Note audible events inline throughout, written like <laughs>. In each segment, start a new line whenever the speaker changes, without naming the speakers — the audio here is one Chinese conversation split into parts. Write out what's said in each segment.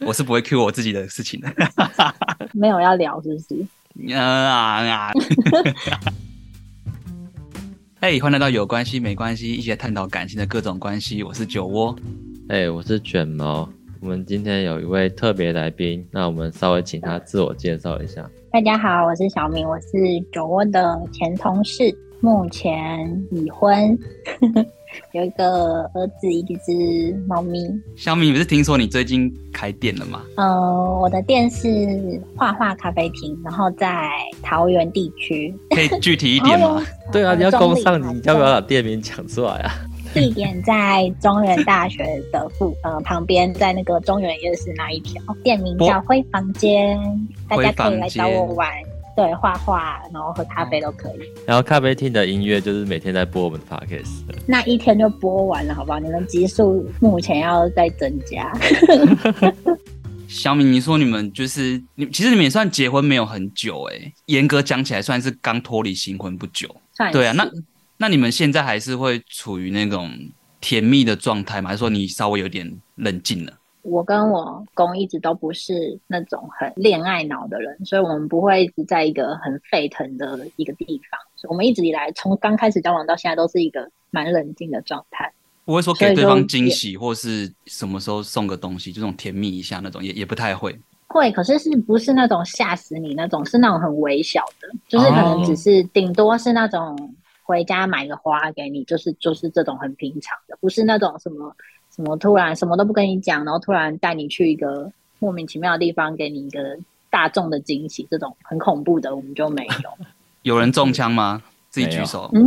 我是不会 Q 我自己的事情的。 <laughs>
没有要聊，是不是？
嗯啊啊！嘿，欢迎来到有关系没关系，一起来探讨感情的各种关系。我是酒窝，
哎、我是卷毛。我们今天有一位特别来宾，那我们稍微请他自我介绍一下。
大家好，我是小明，我是酒窝的前同事，目前已婚， <laughs> 有一个儿子，一只猫咪。
小米，你不是听说你最近开店了吗？
嗯、我的店是画画咖啡厅，然后在桃园地区。
可以具体一点
桃
吗
园？
对啊，
呃
你要
中
攻
立
上，
啊
你要不要把店名讲出来啊？
地点在中原大学的附呃旁边，在那个中原夜市那一条，店名叫灰房间，大家可以来找我
灰
玩，对，画画，然后喝咖啡都可以。
然后咖啡厅的音乐就是每天在播我们的 podcast，
那一天就播完了，好不好？你们集数目前要再增加，
<laughs> 小米，你说你们就是你，其实你们也算结婚没有很久哎、严格讲起来算是刚脱离新婚不久。
算哎是
对啊，那那你们现在还是会处于那种甜蜜的状态吗？还是说你稍微有点冷静了？
我跟我公一直都不是那种很恋爱脑的人，所以我们不会一直在一个很沸腾的一个地方。我们一直以来从刚开始交往到现在都是一个蛮冷静的状态。
不会说给
所以
对
就
方惊喜，或是什么时候送个东西，就这种甜蜜一下那种，也也不太会。
会，可是是不是那种吓死你那种？是那种很微小的，就是可能
哦
只是顶多是那种回家买个花给你，就是就是这种很平常的，不是那种什么什么突然什么都不跟你讲，然后突然带你去一个莫名其妙的地方，给你一个大众的惊喜，这种很恐怖的我们就没
<laughs>
有。
有人中枪吗？自己
没
举
有
手。
嗯，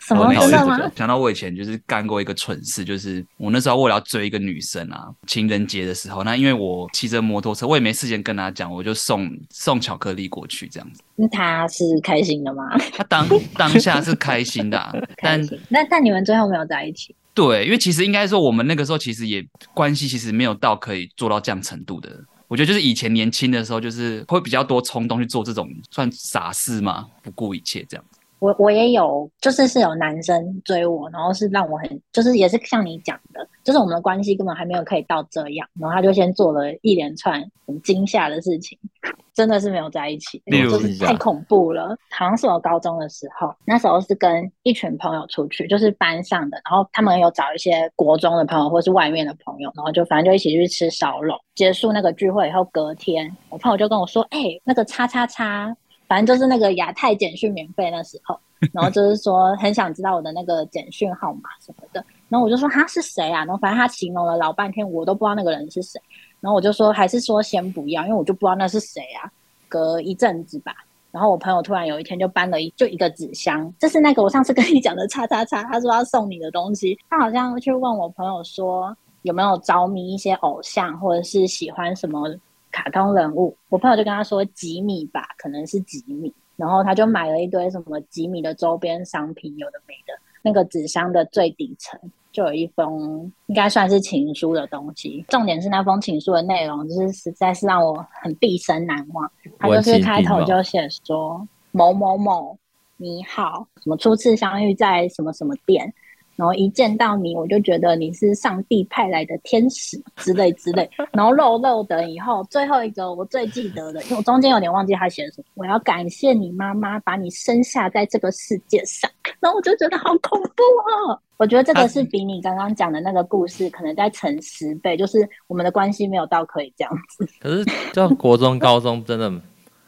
什么
我
哦
没有
真的
遇
吗
过？
想到我以前就是干过一个蠢事，就是我那时候为了要追一个女生啊，情人节的时候，那因为我骑着摩托车，我也没事先跟她讲，我就送送巧克力过去这样子。
那嗯他是开心的吗？
她当当下是开心
<laughs>
的啊、
开
但
心。那但你们最后没有在一起？
对，因为其实应该说，我们那个时候其实也关系其实没有到可以做到这样程度的。我觉得就是以前年轻的时候，就是会比较多冲动去做这种算傻事嘛，不顾一切这样。
我我也有，就是是有男生追我，然后是让我很，就是也是像你讲的，就是我们的关系根本还没有可以到这样，然后他就先做了一连串很惊吓的事情， <laughs> 真的是没有在一起，
例如
就是太恐怖了。好像是我高中的时候，那时候是跟一群朋友出去，就是班上的，然后他们有找一些国中的朋友或是外面的朋友，然后就反正就一起去吃烧肉。结束那个聚会以后，隔天我朋友就跟我说：“哎、那个叉叉叉反正就是那个亚太简讯免费那时候，然后就是说很想知道我的那个简讯号码什么的，然后我就说他是谁啊？然后反正他形容了老半天，我都不知道那个人是谁，然后我就说还是说先不要，因为我就不知道那是谁啊。隔一阵子吧，然后我朋友突然有一天就搬了一就一个纸箱，这是那个我上次跟你讲的叉叉叉，他说要送你的东西，他好像去问我朋友说有没有着迷一些偶像或者是喜欢什么卡通人物，我朋友就跟他说吉米吧，可能是吉米，然后他就买了一堆什么吉米的周边商品，有的没的。那个纸箱的最底层就有一封应该算是情书的东西，重点是那封情书的内容，就是实在是让我很毕生难忘。他就
文情
是
并
开头
茂
就写说某某某你好，什么初次相遇在什么什么店，然后一见到你，我就觉得你是上帝派来的天使之类之类。然后肉肉的以后最后一个我最记得的，因为我中间有点忘记他写什么，我要感谢你妈妈把你生下在这个世界上。然后我就觉得好恐怖哦。我觉得这个是比你刚刚讲的那个故事可能再乘十倍，就是我们的关系没有到可以这样子。
可是像国中、高中真的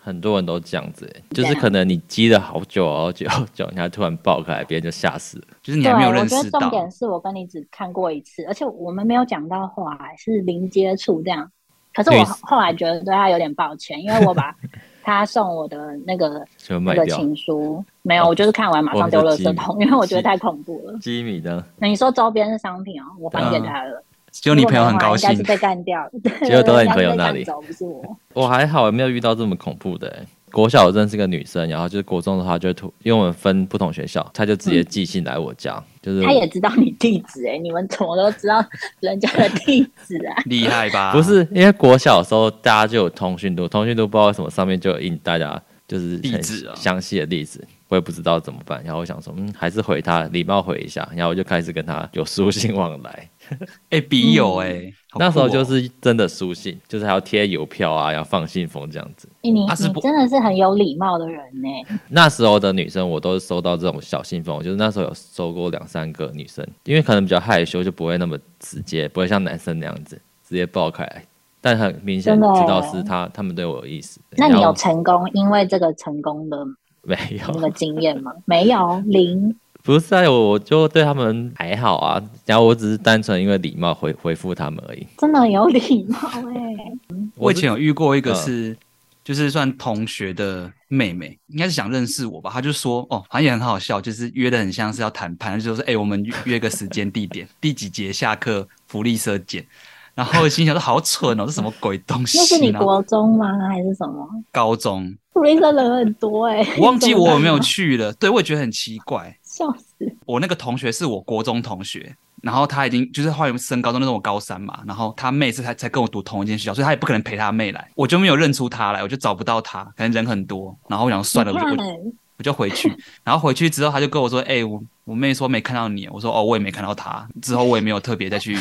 很多人都这样子、欸，就是
啊
可能你积了好久、好久、好久，然后突然爆开，别人就吓死了。
就是你
对，
还没有
我
认
觉
识
得
到
重，点是我跟你只看过一次，而且我们没有讲到话，是零接触这样。可是
对
我后来觉得对他有点抱歉，因为
<laughs>
我把他送我的那个
全部
那
卖
个
掉。
情书没
哦
有，我就是看完马上丢垃圾桶，因为我觉得太恐怖了。
基米呢？
那你说周边是商品哦，我还给他了。
只嗯有你朋友很高兴？
如果没有的话应该是。被干掉了，对
结果都在你朋友那里
应该是被赶走不是我。
我还好，没有遇到这么恐怖的欸、国小我认识个女生，然后就是国中的话就突，因为我们分不同学校，她就直接寄信来我家，就是
他也知道你地址哎、你们怎么都知道人家的地址啊 <laughs>
厉害吧？
不是因为国小的时候大家就有通讯录，通讯录不知道为什么上面就有印大家就是
地
很
址啊
详细的地址，我也不知道怎么办。然后我想说，嗯，还是回他，礼貌回一下。然后我就开始跟他有书信往来。
哎，笔友哎、好
嗯那时
酷
候
哦
就是真的书信，就是还要贴邮票啊，要放信封这样子。
欸你
他是
你
不
真的是很有礼貌的人欸呢、
那时候的女生，我都是收到这种小信封，就是那时候有收过两三个女生，因为可能比较害羞，就不会那么直接，不会像男生那样子直接爆开来。但很明显
真的
知
欸
道是他，他们对我有意思。
那你
然
有
后
成功因为这个成
<laughs>
功的
没有
那？个经验吗？没有，零。
不是啊，我我就对他们还好啊，然后我只是单纯因为礼貌回回复他们而已。 <laughs>
真的很有礼貌哎、
我以前有遇过一个
嗯
是，就是算同学的妹妹，应该是想认识我吧。她就说，哦，好像也很好笑，就是约的很像是要谈判，就说，哎、我们约约个时间地点，第几节下课，福利社见。然后心想说，好蠢哦，这什么鬼东西
那是你
然后
国中吗？还是什么？
高中，
福利社人很多哎、
我忘记
<laughs> 你怎么
我
办
有没有
啊
去了。对，我也觉得很奇怪。
笑死。
我那个同学是我国中同学，然后他已经就是后来升高中那种我高三嘛，然后他妹是才才跟我读同一间学校，所以他也不可能陪他妹来，我就没有认出他来，我就找不到他，可能人很多，然后我想 <laughs> 算了，我就
你
我
看
就我就回去，然后回去之后他就跟我说，哎、我我妹说没看到你，我说哦我也没看到她，之后我也没有特别再
<laughs>
去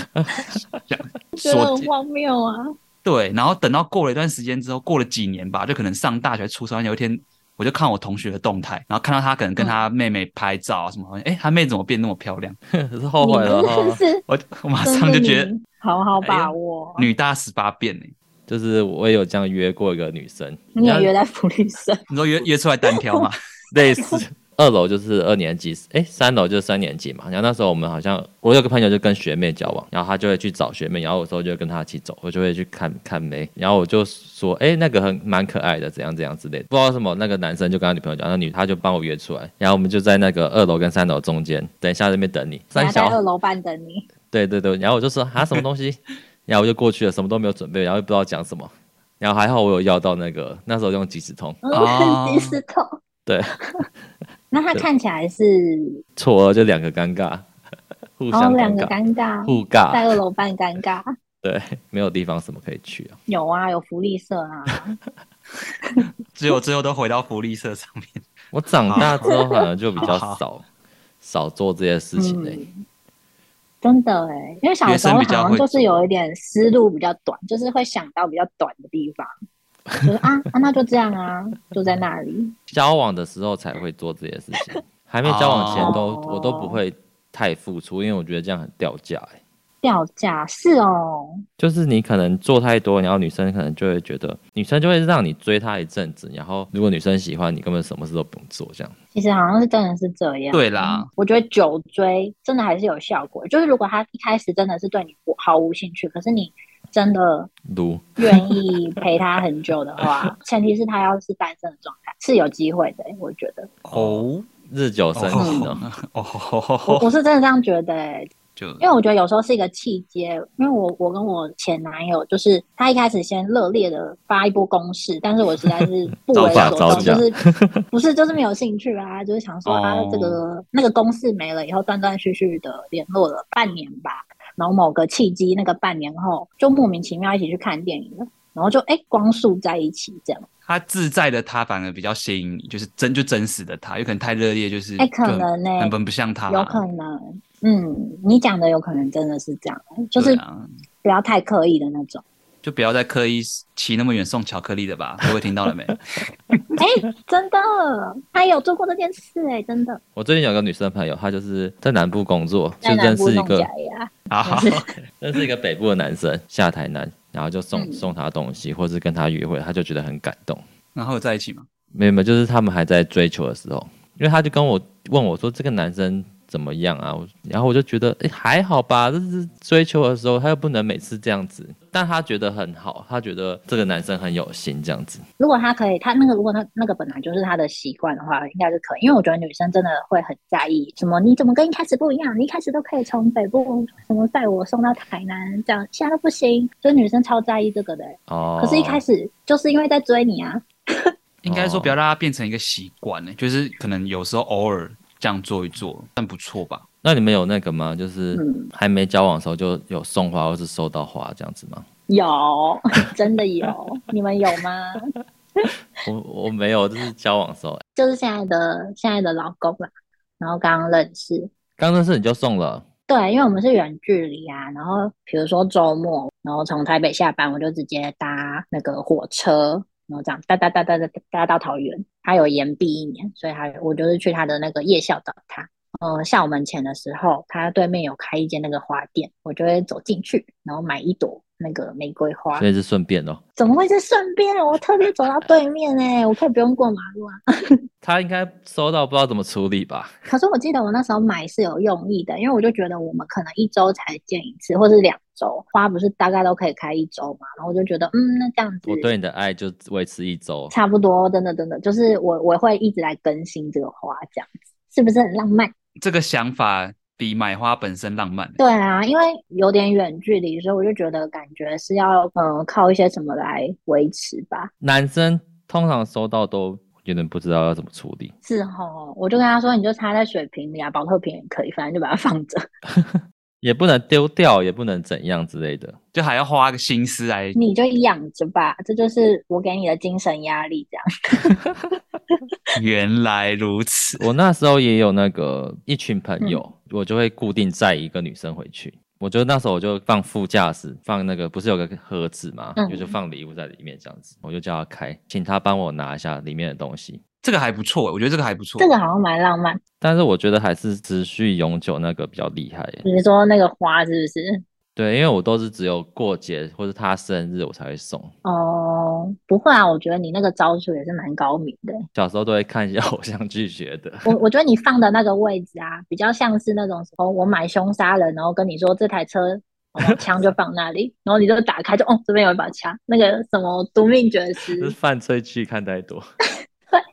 讲
觉得
说
很荒谬啊！
对，然后等到过了一段时间之后，过了几年吧，就可能上大学、初三，有一天我就看我同学的动态，然后看到他可
嗯
能跟他妹妹拍照啊什么，哎、他妹怎么变那么漂亮？
可是后
你
悔了
们
哈
真的，是，
我我马
真
上
的
就觉得
你好好
哎
把
呀
握。哦
女大十八变欸呢、
就是我也有这样约过一个女生，
你也约
然后
在福利社，
你说约约出来单挑
<laughs>
嘛？
类 <laughs> 似。二楼就是二年级，哎，三楼就是三年级嘛。然后那时候我们好像，我有个朋友就跟学妹交往，然后他就会去找学妹，然后有时候就跟她一起走，我就会去看看妹，然后我就说，哎，那个很蛮可爱的，怎样怎样之类的。不知道什么，那个男生就跟他女朋友讲，那女他就帮我约出来，然后我们就在那个二楼跟三楼中间，等一下在那边等你。
还
三
在
小
二楼半等你。 <laughs>
对对对，然后我就说啊什么东 <laughs> 西，然后我就过去了，什么都没有准备，然后也不知道讲什么，然后还好我有要到那个那时候用即时通，
哦
嗯，即时痛。
对，
那他
对
看起来是，
错愕就两个尴尬，
然
互
后
相
哦两
尴
个
尬，
尴尬，
互
在
尬，
二楼半尴尬。
对，没有地方什么可以去啊，
有啊，有福利社啊，
<laughs> 只有最后都回到福利社上面。
我长大之后反而就比较
好好
少少做这些事情嘞、
嗯真的哎、因为小
学
时
生
候好
比较
像
会
就是
做
有一点思路比较短，就是会想到比较短的地
<laughs>
方，就是啊啊，那就这样啊，就在那里。
交往的时候才会做这些事
<laughs>
情，还没交往前都、
哦
我都不会太付出，因为我觉得这样很掉价、欸。
掉价是哦，
就是你可能做太多，然后女生可能就会觉得，女生就会让你追她一阵子，然后如果女生喜欢你，根本什么事都不用做，这样
其实好像是真的是这样。嗯
对啦，
我觉得久追真的还是有效果。就是如果他一开始真的是对你不毫无兴趣，可是你真的
撸
愿意陪他很久的话，
<laughs>
前提是他要是单身的状态，是有机会的、欸我觉得，
哦
日久生情哦。
我
哦，
我是真的这样觉得、欸，
就
因为我觉得有时候是一个契机，因为我我跟我前男友就是他一开始先热烈的发一波攻势，但是我实在是不
<laughs>
为
招架
所
招
动，
架
就是 <laughs> 不是就是没有兴趣啊，就是想说啊
哦
这个那个攻势没了以后，断断续续的联络了半年吧，然后某个契机，那个半年后就莫名其妙一起去看电影了，然后就哎、光速在一起这样，
他自在的他反而比较吸引你，就是真就真实的他，有可能太热烈，就是
哎、可
就很
能呢、
很很不像
啊
他，
有可能，嗯，你讲的有可能真的是这样，就
对
是
啊
不要太刻意的那种。
就不要再刻意骑那么远送巧克力的吧， <laughs> 各位听到了
<laughs>
没？
哎、真的，他有做过这件事哎、真的。
我最近有个女生朋友，她就是在南部工作，就
在南
认
部
识一
弄
个
假牙，
好好，
认识一个北部的男生下台南，然后就送、
嗯
送她东西，或是跟她约会，她就觉得很感动。
然后有在一起嘛？
没有没有，就是他们还在追求的时候，因为他就跟我问我说这个男生怎么样啊？我然后我就觉得诶还好吧，这是追求的时候，他又不能每次这样子。但他觉得很好，他觉得这个男生很有心这样子。
如果他可以，他那个如果那那个本来就是他的习惯的话，应该是可以。因为我觉得女生真的会很在意什么，你怎么跟一开始不一样？你一开始都可以从北部什么带我送到台南，这样现在都不行，所以女生超在意这个的欸、
哦，
可是，一开始就是因为在追你啊，
应该说不要让它变成一个习惯呢，就是可能有时候偶尔这样做一做，但不错吧？
那你们有那个吗？就是
嗯
还没交往的时候就有
<laughs>
送花或是收到花这样子吗？
有真的有，你们有吗？
我我没有，就是交往的时候，
就是现在的现在的老公啦，然后刚刚认识，
刚认识你就送了，
对，因为我们是远距离啊，然后比如说周末，然后从台北下班，我就直接搭那个火车，然后这样搭搭搭搭搭搭到桃园。他有延毕一年，所以他我就是去他的那个夜校找他。呃，校门前的时候，他对面有开一间那个花店，我就会走进去，然后买一朵那个玫瑰花
所。以是顺便哦。
怎么会是顺便？我特别走到对面哎、我可以不用过马路啊。
他应该收到不知道怎么处理吧？
可是我记得我那时候买是有用意的，因为我就觉得我们可能一周才见一次，或是两周，花不是大概都可以开一周嘛，然后我就觉得，嗯，那这样子
我对你的爱就维持一周，
差不多，真的真的，就是我我会一直来更新这个花，这样子是不是很浪漫？
这个想法比买花本身浪漫。欸
对啊，因为有点远距离，所以我就觉得感觉是要嗯、呃靠一些什么来维持吧。
男生通常收到都有点不知道要怎么处理。
是哦，我就跟他说，你就插在水瓶里啊，保特瓶也可以，反正就把它放着。 <laughs>
也不能丢掉，也不能怎样之类的。
就还要花个心思来。
你就养着吧，这就是我给你的精神压力，
<laughs>
这样。
原来如此，
<laughs>
我那时候也有那个一群朋友，
嗯
我就会固定载一个女生回去。我就那时候我就放副驾驶，放那个不是有个盒子嘛，
嗯
我就放礼物在里面这样子。我就叫他开，请他帮我拿一下里面的东西。
这个还不错，我觉得这个还不错。
这个好像蛮浪漫，
但是我觉得还是持续永久那个比较厉害耶，
你是说那个花是不是？
对，因为我都是只有过节或是他生日我才会送。
哦，不会啊，我觉得你那个招数也是蛮高明的。欸
小时候都会看一些偶像剧学的，
我我觉得你放的那个位置啊，比较像是那种什么，我买凶杀人，然后跟你说这台车，然后枪就放那里，然后你就打开就哦，这边有一把枪，那个什么夺命绝 <laughs>
就是
食，
犯罪剧看太多。 <laughs>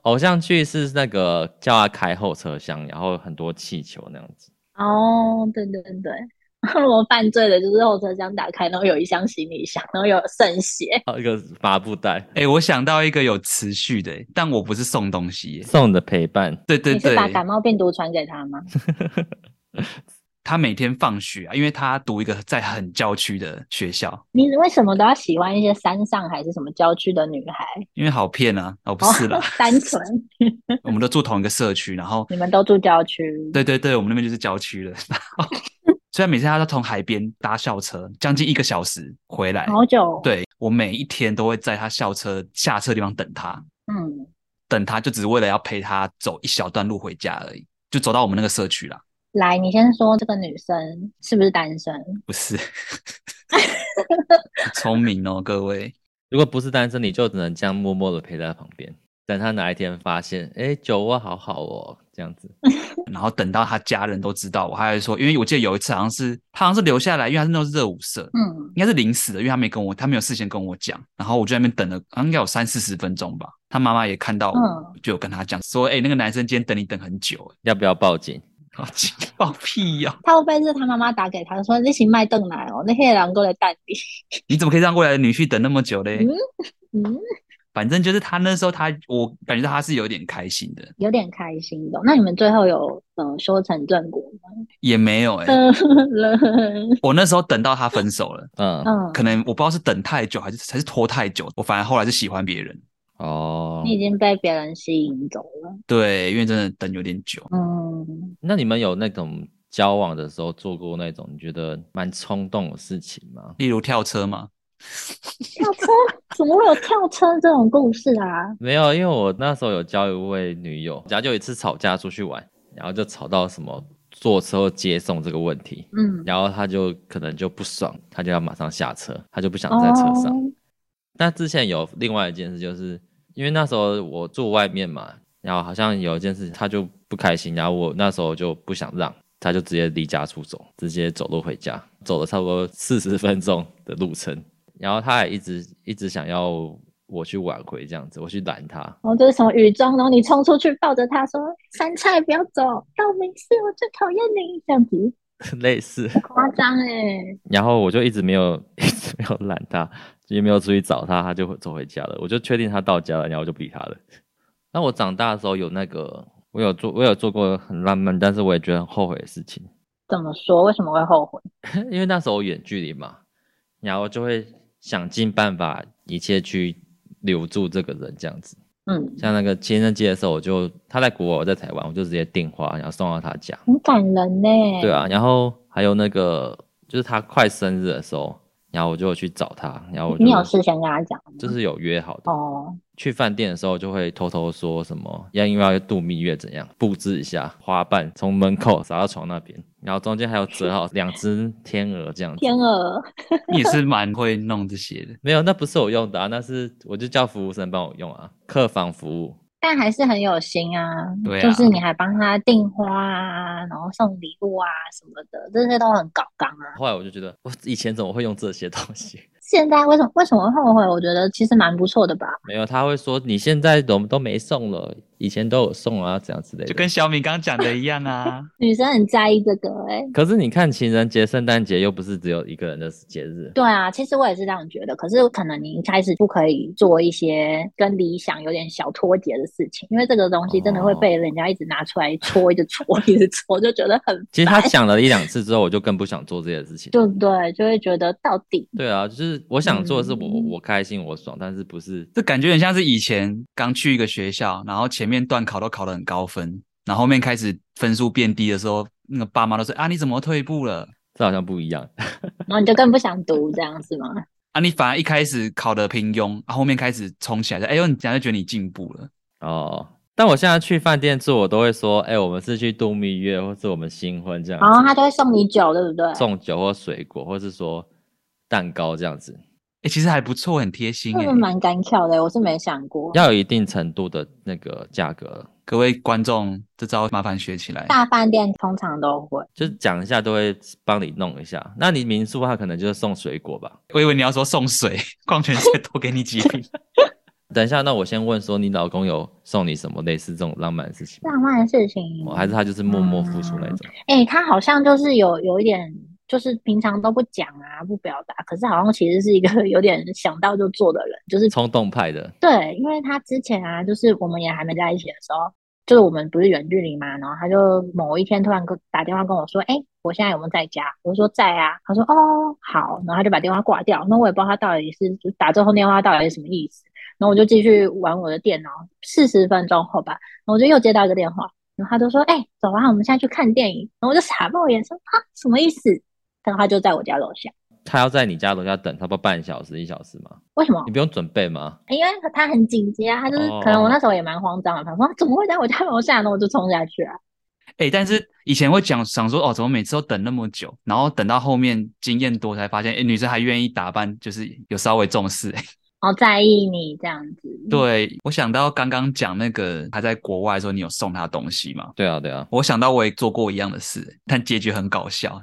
偶像剧是那个叫他开后车厢，然后很多气球那样子。
哦，对对对。然后如果犯罪的，就是后车厢打开，然后有一箱行李箱，然后有渗血，
还有一个麻布袋
哎、我想到一个有持续的、但我不是送东西耶、
送你的陪伴，
对对
你是
对，
把感冒病毒传给他吗？
他每天放学啊，因为他读一个在很郊区的学校，
你为什么都要喜欢一些山上还是什么郊区的女孩？
因为好骗啊，哦不
<laughs>
是啦，
单纯，
我们都住同一个社区，然后
你们都住郊区，
对对对，我们那边就是郊区了。 <laughs> 然后虽然每天他都从海边搭校车，将近一个小时回来，
好久，，哦
对我每一天都会在他校车下车的地方等他，
嗯，
等他就只是为了要陪他走一小段路回家而已，就走到我们那个社区啦。
来，你先说这个女生是不是单身？
不是， <laughs> 聪明哦，各位。
如果不是单身，你就只能这样默默的陪在旁边，等他哪一天发现，哎、酒窝好好哦，这样子。
然后等到他家人都知道，我还会说，因为我记得有一次好像是他好像是留下来，因为他是那种热舞社，
嗯，
应该是临时的，因为他没跟我，他没有事先跟我讲，然后我就在那边等了，好像应该有三四十分钟吧。他妈妈也看到我，
嗯
就有跟他讲说，哎、那个男生今天等你等很久，欸
要不要报警？
好气爆屁哦呀、
她会不会是她妈妈打给她说你行卖凳来哦，那些狼过来带你？
<laughs>
<laughs>
你怎么可以让未来的女婿等那么久嘞？
嗯嗯，
反正就是他那时候他，我感觉到他是有点开心的，
有点开心的哦。那你们最后有呃修成正果
哦
吗？ <laughs>
也没有哎、
嗯
我那时候等到他分手了，
嗯，
嗯，
可能我不知道是等太久还是还是拖太久，我反而后来是喜欢别人。
哦
你，已经被别人吸引走了。
对，因为真的等有点久。
嗯，
那你们有那种交往的时候做过那种你觉得蛮冲动的事情吗？
例如跳车嘛，
跳车 <laughs> 怎么会有跳车这种故事啊？
没有，因为我那时候有交一位女友，然后就有一次吵架出去玩，然后就吵到什么坐车或接送这个问题，
嗯，
然后她就可能就不爽，她就要马上下车，她就不想在车上。
哦
那之前有另外一件事，就是因为那时候我住外面嘛，然后好像有一件事她就不开心，然后我那时候就不想让，她就直接离家出走，直接走路回家，走了差不多 <laughs> 四十分钟的路程，然后她还一直一直想要我去挽回这样子，我去拦她。
然后就是从雨中，然后你冲出去抱着他说：“杉菜不要走，到没事，我最讨厌你。”这样子
<laughs> 类似，
夸张哎、
然后我就一直没有 <laughs> 一直没有拦他，也没有出去找他，他就走回家了。我就确定他到家了，然后我就不理他了。那我长大的时候有那个，我有做，我有做过很浪漫，但是我也觉得很后悔的事情， <laughs>
怎么说？为什么会后悔？
因为那时候我远距离嘛，然后就会想尽办法一切去留住这个人这样子。
嗯，
像那个情人节的时候，我就他在国外，我在台湾，我就直接订花，然后送到他家。
很感人欸呢。
对，啊，然后还有那个就是他快生日的时候，然后我就去找他，然后我就
你有事先跟他讲吗
嗯
就是有约好的。
哦，
去饭店的时候就会偷偷说什么要因为要度蜜月怎样布置一下花瓣，从门口撒到床那边，然后中间还有折好两只天鹅这样子。
天鹅，
你也是蛮会弄这些的。
没有，那不是我用的啊，那是我就叫服务生帮我用啊，客房服务。
但还是很有心啊，
对啊
就是你还帮他订花啊，然后送礼物啊什么的，这些都很搞纲啊。
后来我就觉得，我以前怎么会用这些东西？ <laughs>
现在为什么为什么后悔？我觉得其实蛮不错的吧。
没有，他会说你现在怎么都没送了，以前都有送啊，这样之类的。
就跟小敏刚刚讲的一样
<laughs>
啊，
女生很在意这个哎、
可是你看情人节、圣诞节又不是只有一个人的节日，
对啊，其实我也是这样觉得。可是可能你一开始不可以做一些跟理想有点小脱节的事情，因为这个东西真的
哦
会被人家一直拿出来戳，一直戳， <laughs> 一直戳，就觉得很
其实
哎
他讲了一两次之后，我就更不想做这些事情。
对不对？就会觉得到底
对啊，就是我想做的是我、
嗯
我开心我爽，但是不是
这感觉很像是以前刚去一个学校，然后前面段考都考得很高分，然后后面开始分数变低的时候，那个爸妈都说啊你怎么退步了？
这好像不一样。 <laughs>
然后你就更不想读，这样是吗？
啊你反而一开始考得平庸，啊后面开始冲起来，哎呦你讲就觉得你进步了。
哦，但我现在去饭店住，我都会说，哎、我们是去度蜜月，或是我们新婚这样
然后他
子，
就会送你酒，对不对？
送酒或水果，或是说蛋糕这样子，
哎、其实还不错，很贴心
这
哎、
个蛮干巧的，我是没想过。
要有一定程度的那个价格，
各位观众，这招麻烦学起来。
大饭店通常都会，
就是讲一下都会帮你弄一下。那你民宿的话，可能就是送水果吧。
我以为你要说送水， <laughs> 矿泉水多给你几瓶。
等一下，那我先问说，你老公有送你什么类似这种浪漫的事情吗？
浪漫的事情
哦，还是他就是默默付出那种？
哎、他好像就是有有一点，就是平常都不讲啊，不表达，可是好像其实是一个 <laughs> 有点想到就做的人，就是
冲动派的，
对，因为他之前啊，就是我们也还没在一起的时候，就是我们不是远距离嘛，然后他就某一天突然跟打电话跟我说，哎、我现在有没有在家？我说在啊，他说哦好，然后他就把电话挂掉，那我也不知道他到底是就打这通电话到底是什么意思，然后我就继续玩我的电脑，四十分钟后吧，然后我就又接到一个电话，然后他就说，哎、走啊，我们现在去看电影，然后我就傻爆眼说啊什么意思？然后他就在我家楼下，
他要在你家楼下等差不多半小时、一小时嘛？
为什么
你？不用准备吗？
因为他很紧急啊，他就是可能我那时候也蛮慌张的，他说啊怎么会在我家楼下呢？我就冲下去啊。
哎、但是以前会讲想说哦，怎么每次都等那么久，然后等到后面经验多才发现，哎、女生还愿意打扮，就是有稍微重视、欸。
好在意你这样子，，
对我想到刚刚讲那个他在国外的时候，你有送她东西吗？
对啊，对啊，
我想到我也做过一样的事，但结局很搞笑。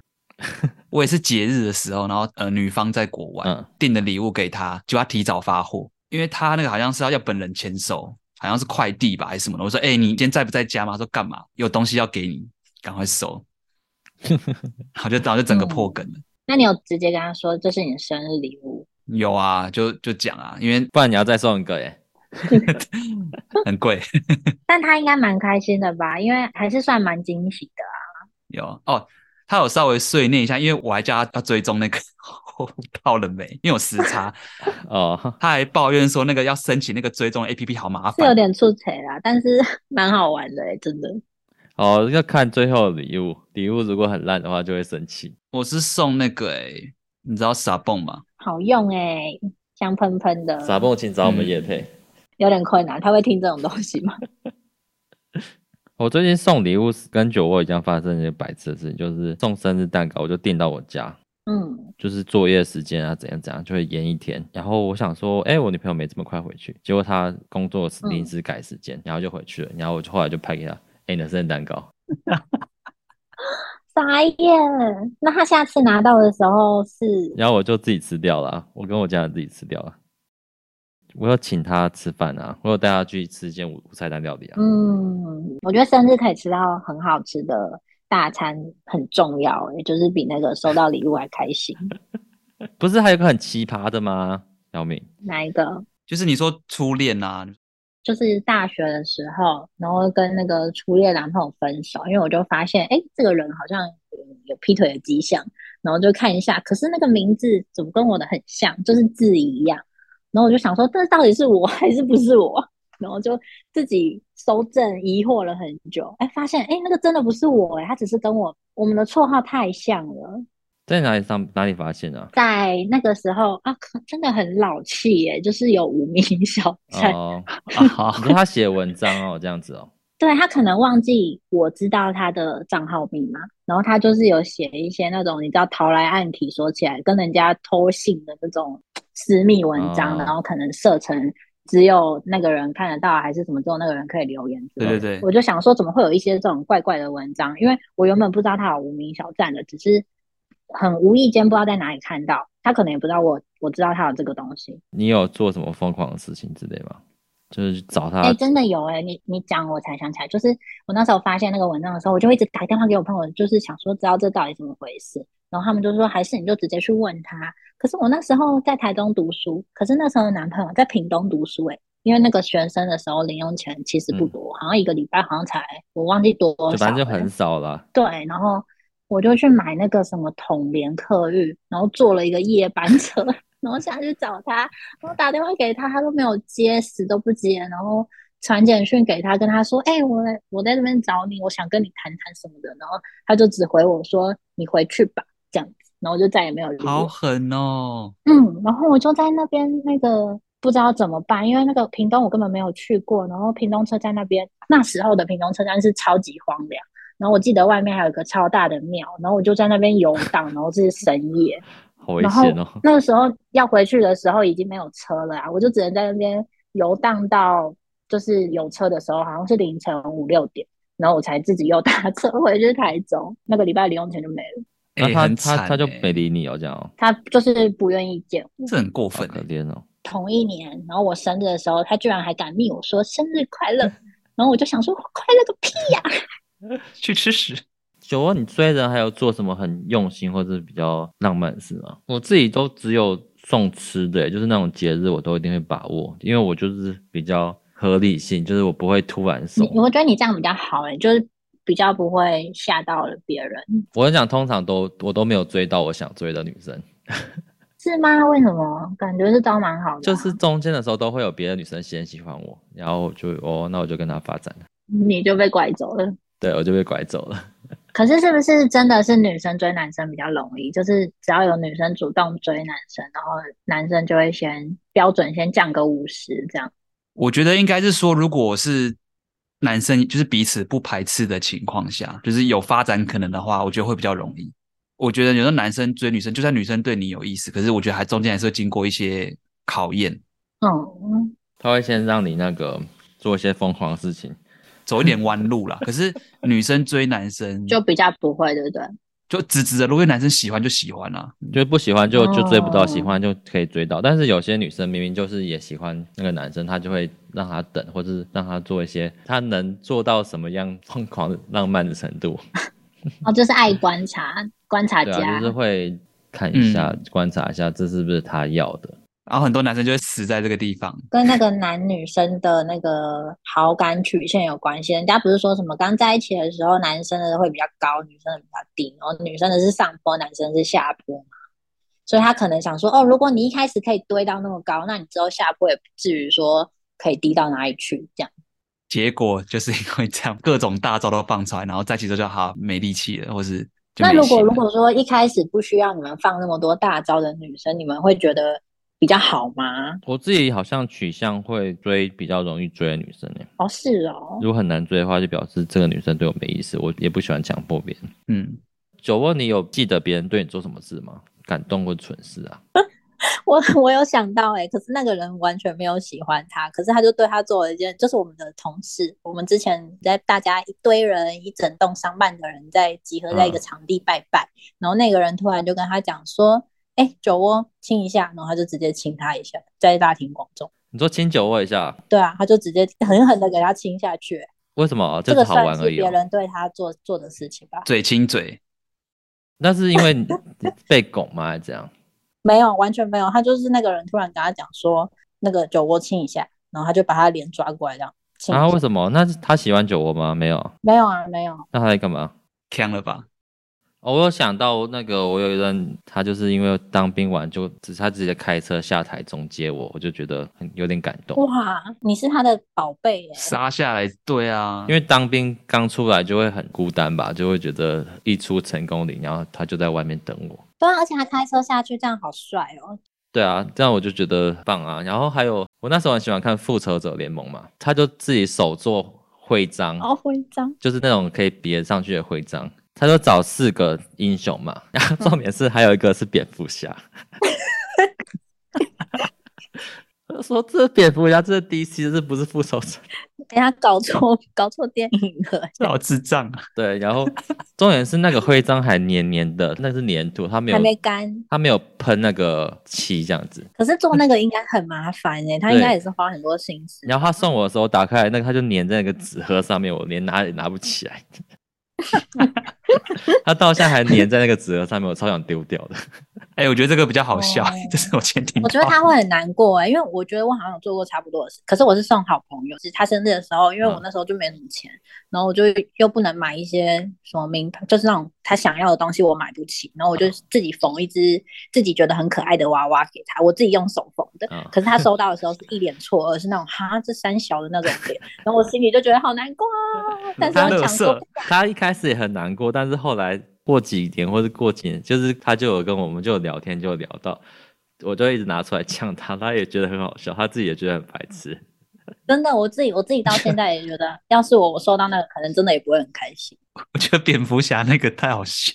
我也是节日的时候，然后呃，女方在国外
嗯
订的礼物给她，就她提早发货，因为她那个好像是要要本人签收，好像是快递吧还是什么的。我说：“哎、你今天在不在家吗？”她说：“干嘛？有东西要给你，赶快收。”然后就然后就整个破梗了。
那你有直接跟他说这是你的生日礼物？
有啊，就就讲啊，因为
不然你要再送一个耶。
很贵。 <laughs>
但他应该蛮开心的吧，因为还是算蛮惊喜的啊。
有哦，他有稍微碎念一下，因为我还叫他要追踪那个 <laughs> 货物到了没，因为有时差。
哦，
他还抱怨说那个要申请那个追踪 APP 好麻
是有啊
烦。
点出彩啦，但是 <laughs> 蛮好玩的、欸，真的。
哦，要看最后的礼物，礼物如果很烂的话就会生气。
我是送那个诶、你知道傻蹦吗？
好用哎、香喷喷的，
傻蹦，请找我们
嗯
叶配。
有点困难，他会听这种东西吗？ <laughs>
我最近送礼物是跟酒窝一样发生一些白痴的事情，就是送生日蛋糕，我就订到我家，
嗯，
就是作业时间啊怎样怎样就会延一天。然后我想说，哎、我女朋友没这么快回去，结果她工作时
嗯
临时改时间，然后就回去了。然后我就后来就拍给她，哎、你的生日蛋糕，
傻眼。那他下次拿到的时候是
然后我就自己吃掉了啊，我跟我家人自己吃掉了。我有请她吃饭啊，我有带她去吃一间五五菜单料理啊。
嗯，我觉得生日可以吃到很好吃的大餐很重要，也就是比那个收到礼物还开心。
不是还有一个很奇葩的吗？姚明，
哪一个？
就是你说初恋啊，
就是大学的时候，然后跟那个初恋男朋友分手，因为我就发现，哎，这个人好像嗯有劈腿的迹象，然后就看一下，可是那个名字怎么跟我的很像，就是字一样，然后我就想说，这到底是我还是不是我？然后就自己搜证疑惑了很久，哎，发现哎那个真的不是我哎，他只是跟我我们的绰号太像了。
在哪里上哪里发现的、啊？
在那个时候啊，可真的很老气耶，就是有无名小站，
哦，
啊好
你，说他写文章哦，这样子哦，
对他可能忘记我知道他的账号密码，然后他就是有写一些那种你知道逃来暗体说起来跟人家偷信的那种私密文章，
哦
然后可能设成只有那个人看得到，还是什么只有那个人可以留言之类
对
的。
对对，
我就想说，怎么会有一些这种怪怪的文章？因为我原本不知道他有无名小站的，只是很无意间不知道在哪里看到，他可能也不知道我我知道他有这个东西。
你有做什么疯狂的事情之类吗？就是去找他
哎、真的有哎、你你讲我才想起来，就是我那时候发现那个文章的时候，我就一直打电话给我朋友，就是想说知道这到底怎么回事。然后他们就说，还是你就直接去问他。可是我那时候在台中读书，可是那时候的男朋友在屏东读书、欸，因为那个学生的时候零用钱其实不
嗯
多，好像一个礼拜好像才我忘记多
就
少哎
反正就
了
很少啦。
对，然后我就去买那个什么统联客运，然后坐了一个夜班车， <laughs> 然后下去找他，然后打电话给他，他都没有接，死都不接，然后传简讯给他，跟他说：“哎、我来我在这边找你，我想跟你谈谈什么的。”然后他就只回我说：“你回去吧。”这样子，然后就再也没有理
好
我。
狠哦，
嗯，然后我就在那边那个不知道怎么办，因为那个屏东我根本没有去过，然后屏东车站那边那时候的屏东车站是超级荒凉，然后我记得外面还有一个超大的庙，然后我就在那边游荡，然后这是深夜，
好危
然后
险哦！
那个时候要回去的时候已经没有车了啊，我就只能在那边游荡到就是有车的时候，好像是凌晨五六点，然后我才自己又打 <laughs> 车回去台中，那个礼拜零用钱就没了，
<laughs> 那
哎
他
很
他
惨
他就
哎
没理你哦，这样哦，
他就是不愿意见我。
这很过
好
分
可
哎，
怜哦。
同一年，然后我生日的时候，他居然还敢密我说生日快
<laughs>
乐，然后我就想说快乐个屁呀、
去吃屎。
九欧，你追人还有做什么很用心或者是比较浪漫的事吗？我自己都只有送吃的、就是那种节日我都一定会把握，因为我就是比较合理性，就是我不会突然送
你。我觉得你这样比较好哎、就是比较不会吓到了别人，
我很想通常都我都没有追到我想追的女生，
是吗？为什么？感觉是招蛮好的啊、
就是中间的时候都会有别的女生先喜欢我，然后我就哦，那我就跟她发展了，
你就被拐走了。
对我就被拐走了。
可是是不是真的是女生追男生比较容易？就是只要有女生主动追男生，然后男生就会先标准先降个五十这样。
我觉得应该是说，如果是男生，就是彼此不排斥的情况下，就是有发展可能的话，我觉得会比较容易。我觉得有的男生追女生，就算女生对你有意思，可是我觉得还中间还是会经过一些考验，
嗯，
他会先让你那个做一些疯狂的事情，
走一点弯路啦。可是女生追男生，
就
就
比较不会，对不对？
就直直的，如果男生喜欢就喜欢啦、
就是不喜欢就就追不到，
哦
喜欢就可以追到。但是有些女生明明就是也喜欢那个男生，她就会让他等，或是让他做一些她能做到什么样疯狂的浪漫的程度。
哦，就是爱观察，观察
对
家。
啊，就是会看一下，
嗯
观察一下这是不是他要的。
然后很多男生就会死在这个地方。
跟那个男女生的那个好感曲线有关系。人家不是说什么刚在一起的时候，男生的会比较高，女生的比较低，然后女生的是上坡，男生是下坡嘛。所以他可能想说，哦，如果你一开始可以堆到那么高，那你之后下坡也不至于说可以低到哪里去。这样，
结果就是因为这样，各种大招都放出来，然后在一起之后就好没力气了，或是就
那
没
如果
戏
如
了
果说一开始不需要你们放那么多大招的女生，你们会觉得比较好吗？
我自己好像取向会追比较容易追的女生呢、
哦，是哦，
如果很难追的话，就表示这个女生对我没意思，我也不喜欢强迫别人。
嗯，
九问你有记得别人对你做什么事吗？感动或蠢事啊？
我 <laughs> 我有想到哎、可是那个人完全没有喜欢他，可是他就对他做了一件，就是我们的同事，我们之前在大家一堆人一整栋商办的人在集合在一个
嗯
场地拜拜，然后那个人突然就跟他讲说，哎、酒窝亲一下，然后他就直接亲他一下，在大庭广众，
你说亲九问一下，
对啊，他就直接狠狠的给他亲下去、欸
为什么？
这
只
个
好
算
玩
是
而已、
别
哦。
人对他做做的事情吧？
嘴亲嘴，
那是因为你你被拱吗？还是怎样？
没有，完全没有，他就是那个人突然跟他讲说，那个酒窝亲一下，然后他就把他脸抓过来这样亲一
啊？
下
为什么？那是他喜欢酒窝吗？没有，
没有啊，没有。
那他在干嘛？
呛了吧？
哦，我有想到那个，我有一任他就是因为当兵完就只他直接开车下台中接我，我就觉得很有点感动，
哇，你是他的宝贝耶！
杀下来，对啊，
因为当兵刚出来就会很孤单吧，就会觉得一出成功岭，然后他就在外面等我。
对啊，而且他开车下去，这样好帅哦。
对啊，这样我就觉得很棒啊。然后还有我那时候很喜欢看《复仇者联盟》嘛，他就自己手做徽章，
然后徽章，
就是那种可以别上去的徽章。他就找四个英雄嘛， <laughs> 然后重点是还有一个是蝙蝠侠。 <laughs> 我就说这蝙蝠侠这是 DC，这不是复仇者。
<laughs>
<laughs>
等下搞错搞错电影了。
这好智障啊！
对，然后重点是那个徽章还黏黏的，那是粘土，他没有
还没干，
他没有喷那个漆这样子。
可是做那个应该很麻烦哎、他应该也是花很多心思。
然后他送我的时候，打开来那个，他就粘在那个纸盒上面，我连拿也拿不起来。 <laughs> 他到现在还粘在那个纸盒上面，我超想丢掉的。
哎、我觉得这个比较好笑，
哦
这是我前听到。
我觉得他会很难过哎、因为我觉得我好像有做过差不多的事，可是我是送好朋友，是他生日的时候，因为我那时候就没什么钱，然后我就又不能买一些什么名牌，就是那种他想要的东西我买不起，然后我就自己缝一只自己觉得很可爱的娃娃给他，我自己用手缝的，
嗯
可是他收到的时候是一脸错愕，是那种哈这三小的那种脸，然后我心里就觉得好难过啊，但是
他
我
乐
想说
色，
他一开始也很难过，但是后来过几年或是过几年，就是他就有跟我们就有聊天，就有聊到，我就一直拿出来呛他，他也觉得很好笑，他自己也觉得很白痴。
真的，我自己我自己到现在也觉得，要是我我收到那个，可能真的也不会很开心，
我觉得蝙蝠侠那个太好笑。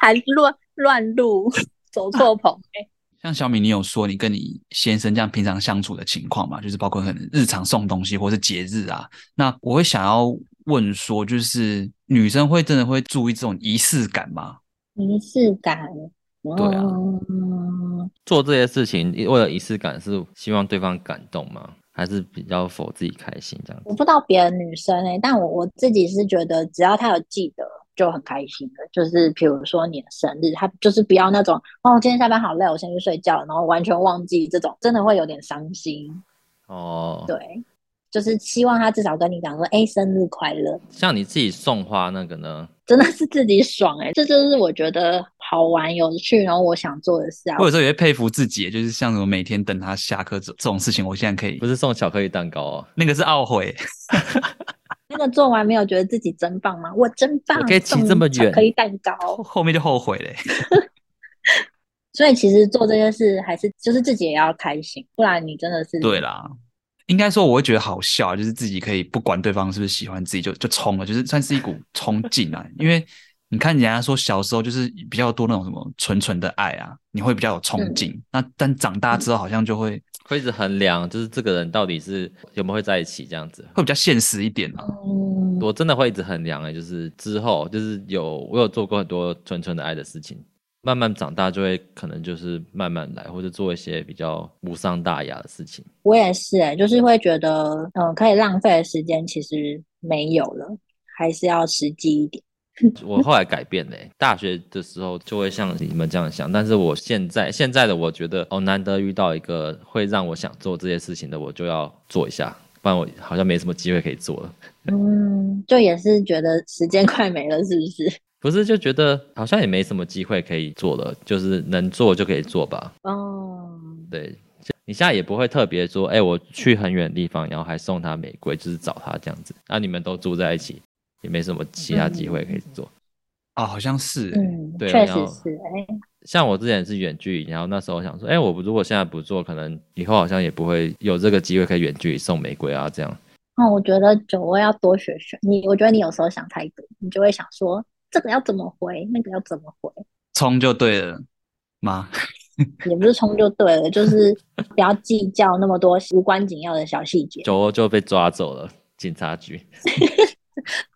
还乱乱录，走错棚、欸。
像小米，你有说你跟你先生这样平常相处的情况嘛？就是包括可能日常送东西或是节日啊。那我会想要问说，就是女生会真的会注意这种仪式感吗？
仪式感，哦
对啊
嗯，
<laughs> 做这些事情为了仪式感，是希望对方感动吗？还是比较否自己开心这样子？
我不知道别的女生哎、但我我自己是觉得，只要她有记得就很开心的。就是比如说你的生日，她就是不要那种哦，今天下班好累，我先去睡觉，然后完全忘记这种，真的会有点伤心。
哦，
对，就是希望她至少跟你讲说，哎、生日快乐。
像你自己送花那个呢？
真的是自己爽哎、这就是我觉得好玩有趣，然后我想做的事啊
我。有时候也会佩服自己，就是像什么每天等他下课这这种事情，我现在可以
不，是送巧克力蛋糕哦，
那个是懊悔。
那个做完没有觉得自己真棒吗？我真棒，
我可以骑
送
这么
巧
远
克力蛋糕。
后面就后悔嘞、
所以其实做这些事还是就是自己也要开心，不然你真的是
对啦，应该说我会觉得好笑，啊就是自己可以不管对方是不是喜欢自己就就冲了，就是算是一股冲劲啊。因为你看人家说小时候就是比较多那种什么纯纯的爱啊，你会比较有冲劲。那但长大之后好像就会、
会一直衡量，就是这个人到底是有没有会在一起这样子。
会比较现实一点啊。
嗯，
我真的会一直衡量哎、就是之后就是有我有做过很多纯纯的爱的事情，慢慢长大就会可能就是慢慢来，或者做一些比较无伤大雅的事情。
我也是哎、就是会觉得嗯、呃可以浪费的时间其实没有了，还是要实际一点。
我后来改变嘞、大学的时候就会像你们这样想，但是我现在现在的我觉得哦，难得遇到一个会让我想做这些事情的，我就要做一下，不然我好像没什么机会可以做了。
嗯，就也是觉得时间快没了，是不是？
不是就觉得好像也没什么机会可以做了，就是能做就可以做吧。
嗯，
对，你现在也不会特别说，哎、我去很远的地方，然后还送他玫瑰，就是找他这样子。那、你们都住在一起，也没什么其他机会可以做。
啊，好像是、
嗯，
对
确
然
实
后
是哎、
像我之前是远距离，然后那时候想说，哎、我如果现在不做，可能以后好像也不会有这个机会可以远距离送玫瑰啊，这样。
哦，我觉得酒窝要多学学你。我觉得你有时候想太多，你就会想说这个要怎么回，那个要怎么回，
冲就对了吗？
也不是冲就对了，就是不要计较那么多无关紧要的小细节。 <laughs>
酒窝就被抓走了，警察局。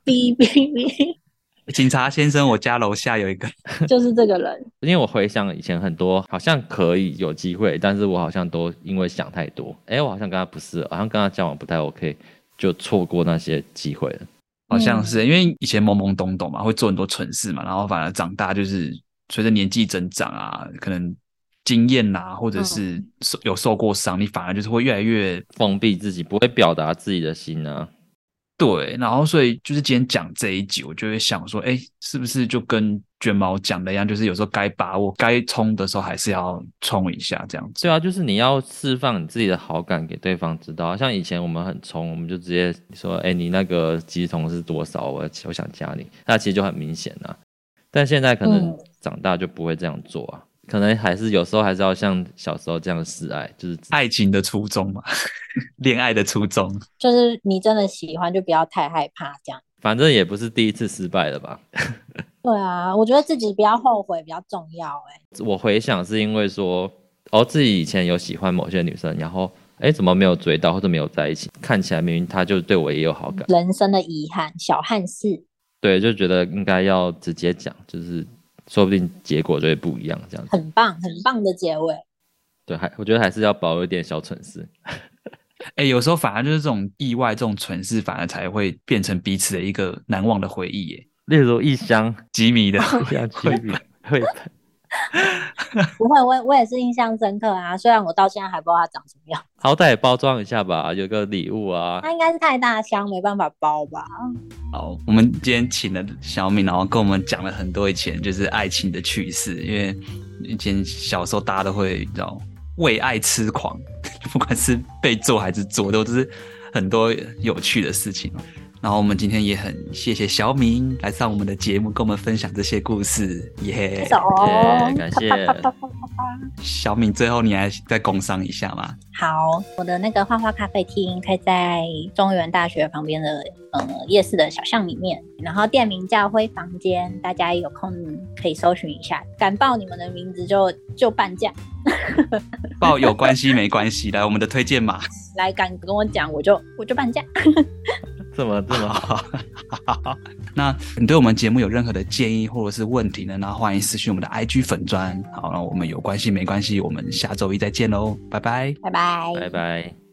哔哔哔，
<laughs> 警察先生，我家楼下有一个，
就是这个人。
因为我回想以前很多，好像可以有机会，但是我好像都因为想太多，哎、我好像跟他不是，好像跟他交往不太 OK，就错过那些机会了。
好像是因为以前懵懵懂懂嘛，会做很多蠢事嘛，然后反而长大就是随着年纪增长啊，可能经验呐、或者是受有受过伤，你反而就是会越来越
封闭自己，不会表达自己的心啊。
对，然后所以就是今天讲这一集，我就会想说，哎，是不是就跟卷毛讲的一样，就是有时候该把握、该冲的时候还是要冲一下这样子。
对啊，就是你要释放你自己的好感给对方知道啊。像以前我们很冲，我们就直接说：“哎、你那个鸡同是多少？我我想加你。”那其实就很明显啊。但现在可能
嗯
长大就不会这样做啊，可能还是有时候还是要像小时候这样示爱，就是
爱情的初衷嘛， <laughs> 恋爱的初衷。
就是你真的喜欢，就不要太害怕这样。
反正也不是第一次失败了吧。
对啊，我觉得自己不要后悔比较重要、欸。哎，
我回想是因为说，哦，自己以前有喜欢某些女生，然后哎、怎么没有追到或者没有在一起？看起来明明她就对我也有好感，
人生的遗憾，小憾事。
对，就觉得应该要直接讲，就是说不定结果就会不一样这样子。
很棒，很棒的结尾。
对，还我觉得还是要保有一点小蠢事。
哎，有时候反而就是这种意外、这种蠢事，反而才会变成彼此的一个难忘的回忆耶。
例如一箱
吉米的
一箱七米绘本，
不会，我也我也是印象深刻啊。虽然我到现在还不知道它长什么样，
好歹也包装一下吧，有个礼物啊。
它应该是太大箱，没办法包吧？
<laughs> 好，我们今天请了小敏，然后跟我们讲了很多以前就是爱情的趣事，因为以前小时候大家都会你知道为爱痴狂， <laughs> 不管是被做还是做，都是很多有趣的事情哦。然后我们今天也很谢谢小敏来上我们的节目，跟我们分享这些故事，耶、
手、
耶感谢
哦啪啪啪啪啪
小敏，最后你还再工商一下吗？
好，我的那个画画咖啡厅开在中原大学旁边的呃夜市的小巷里面，然后店名叫灰房间，大家有空可以搜寻一下，敢报你们的名字就就半价，
报有关系没关系，来我们的推荐码。
来敢跟我讲我就我就半价。
这么这么
好，那你对我们节目有任何的建议或者是问题呢？那欢迎私讯我们的 IG 粉砖。好，那我们有关系没关系，我们下周一再见喽，拜拜。
拜拜，
拜拜。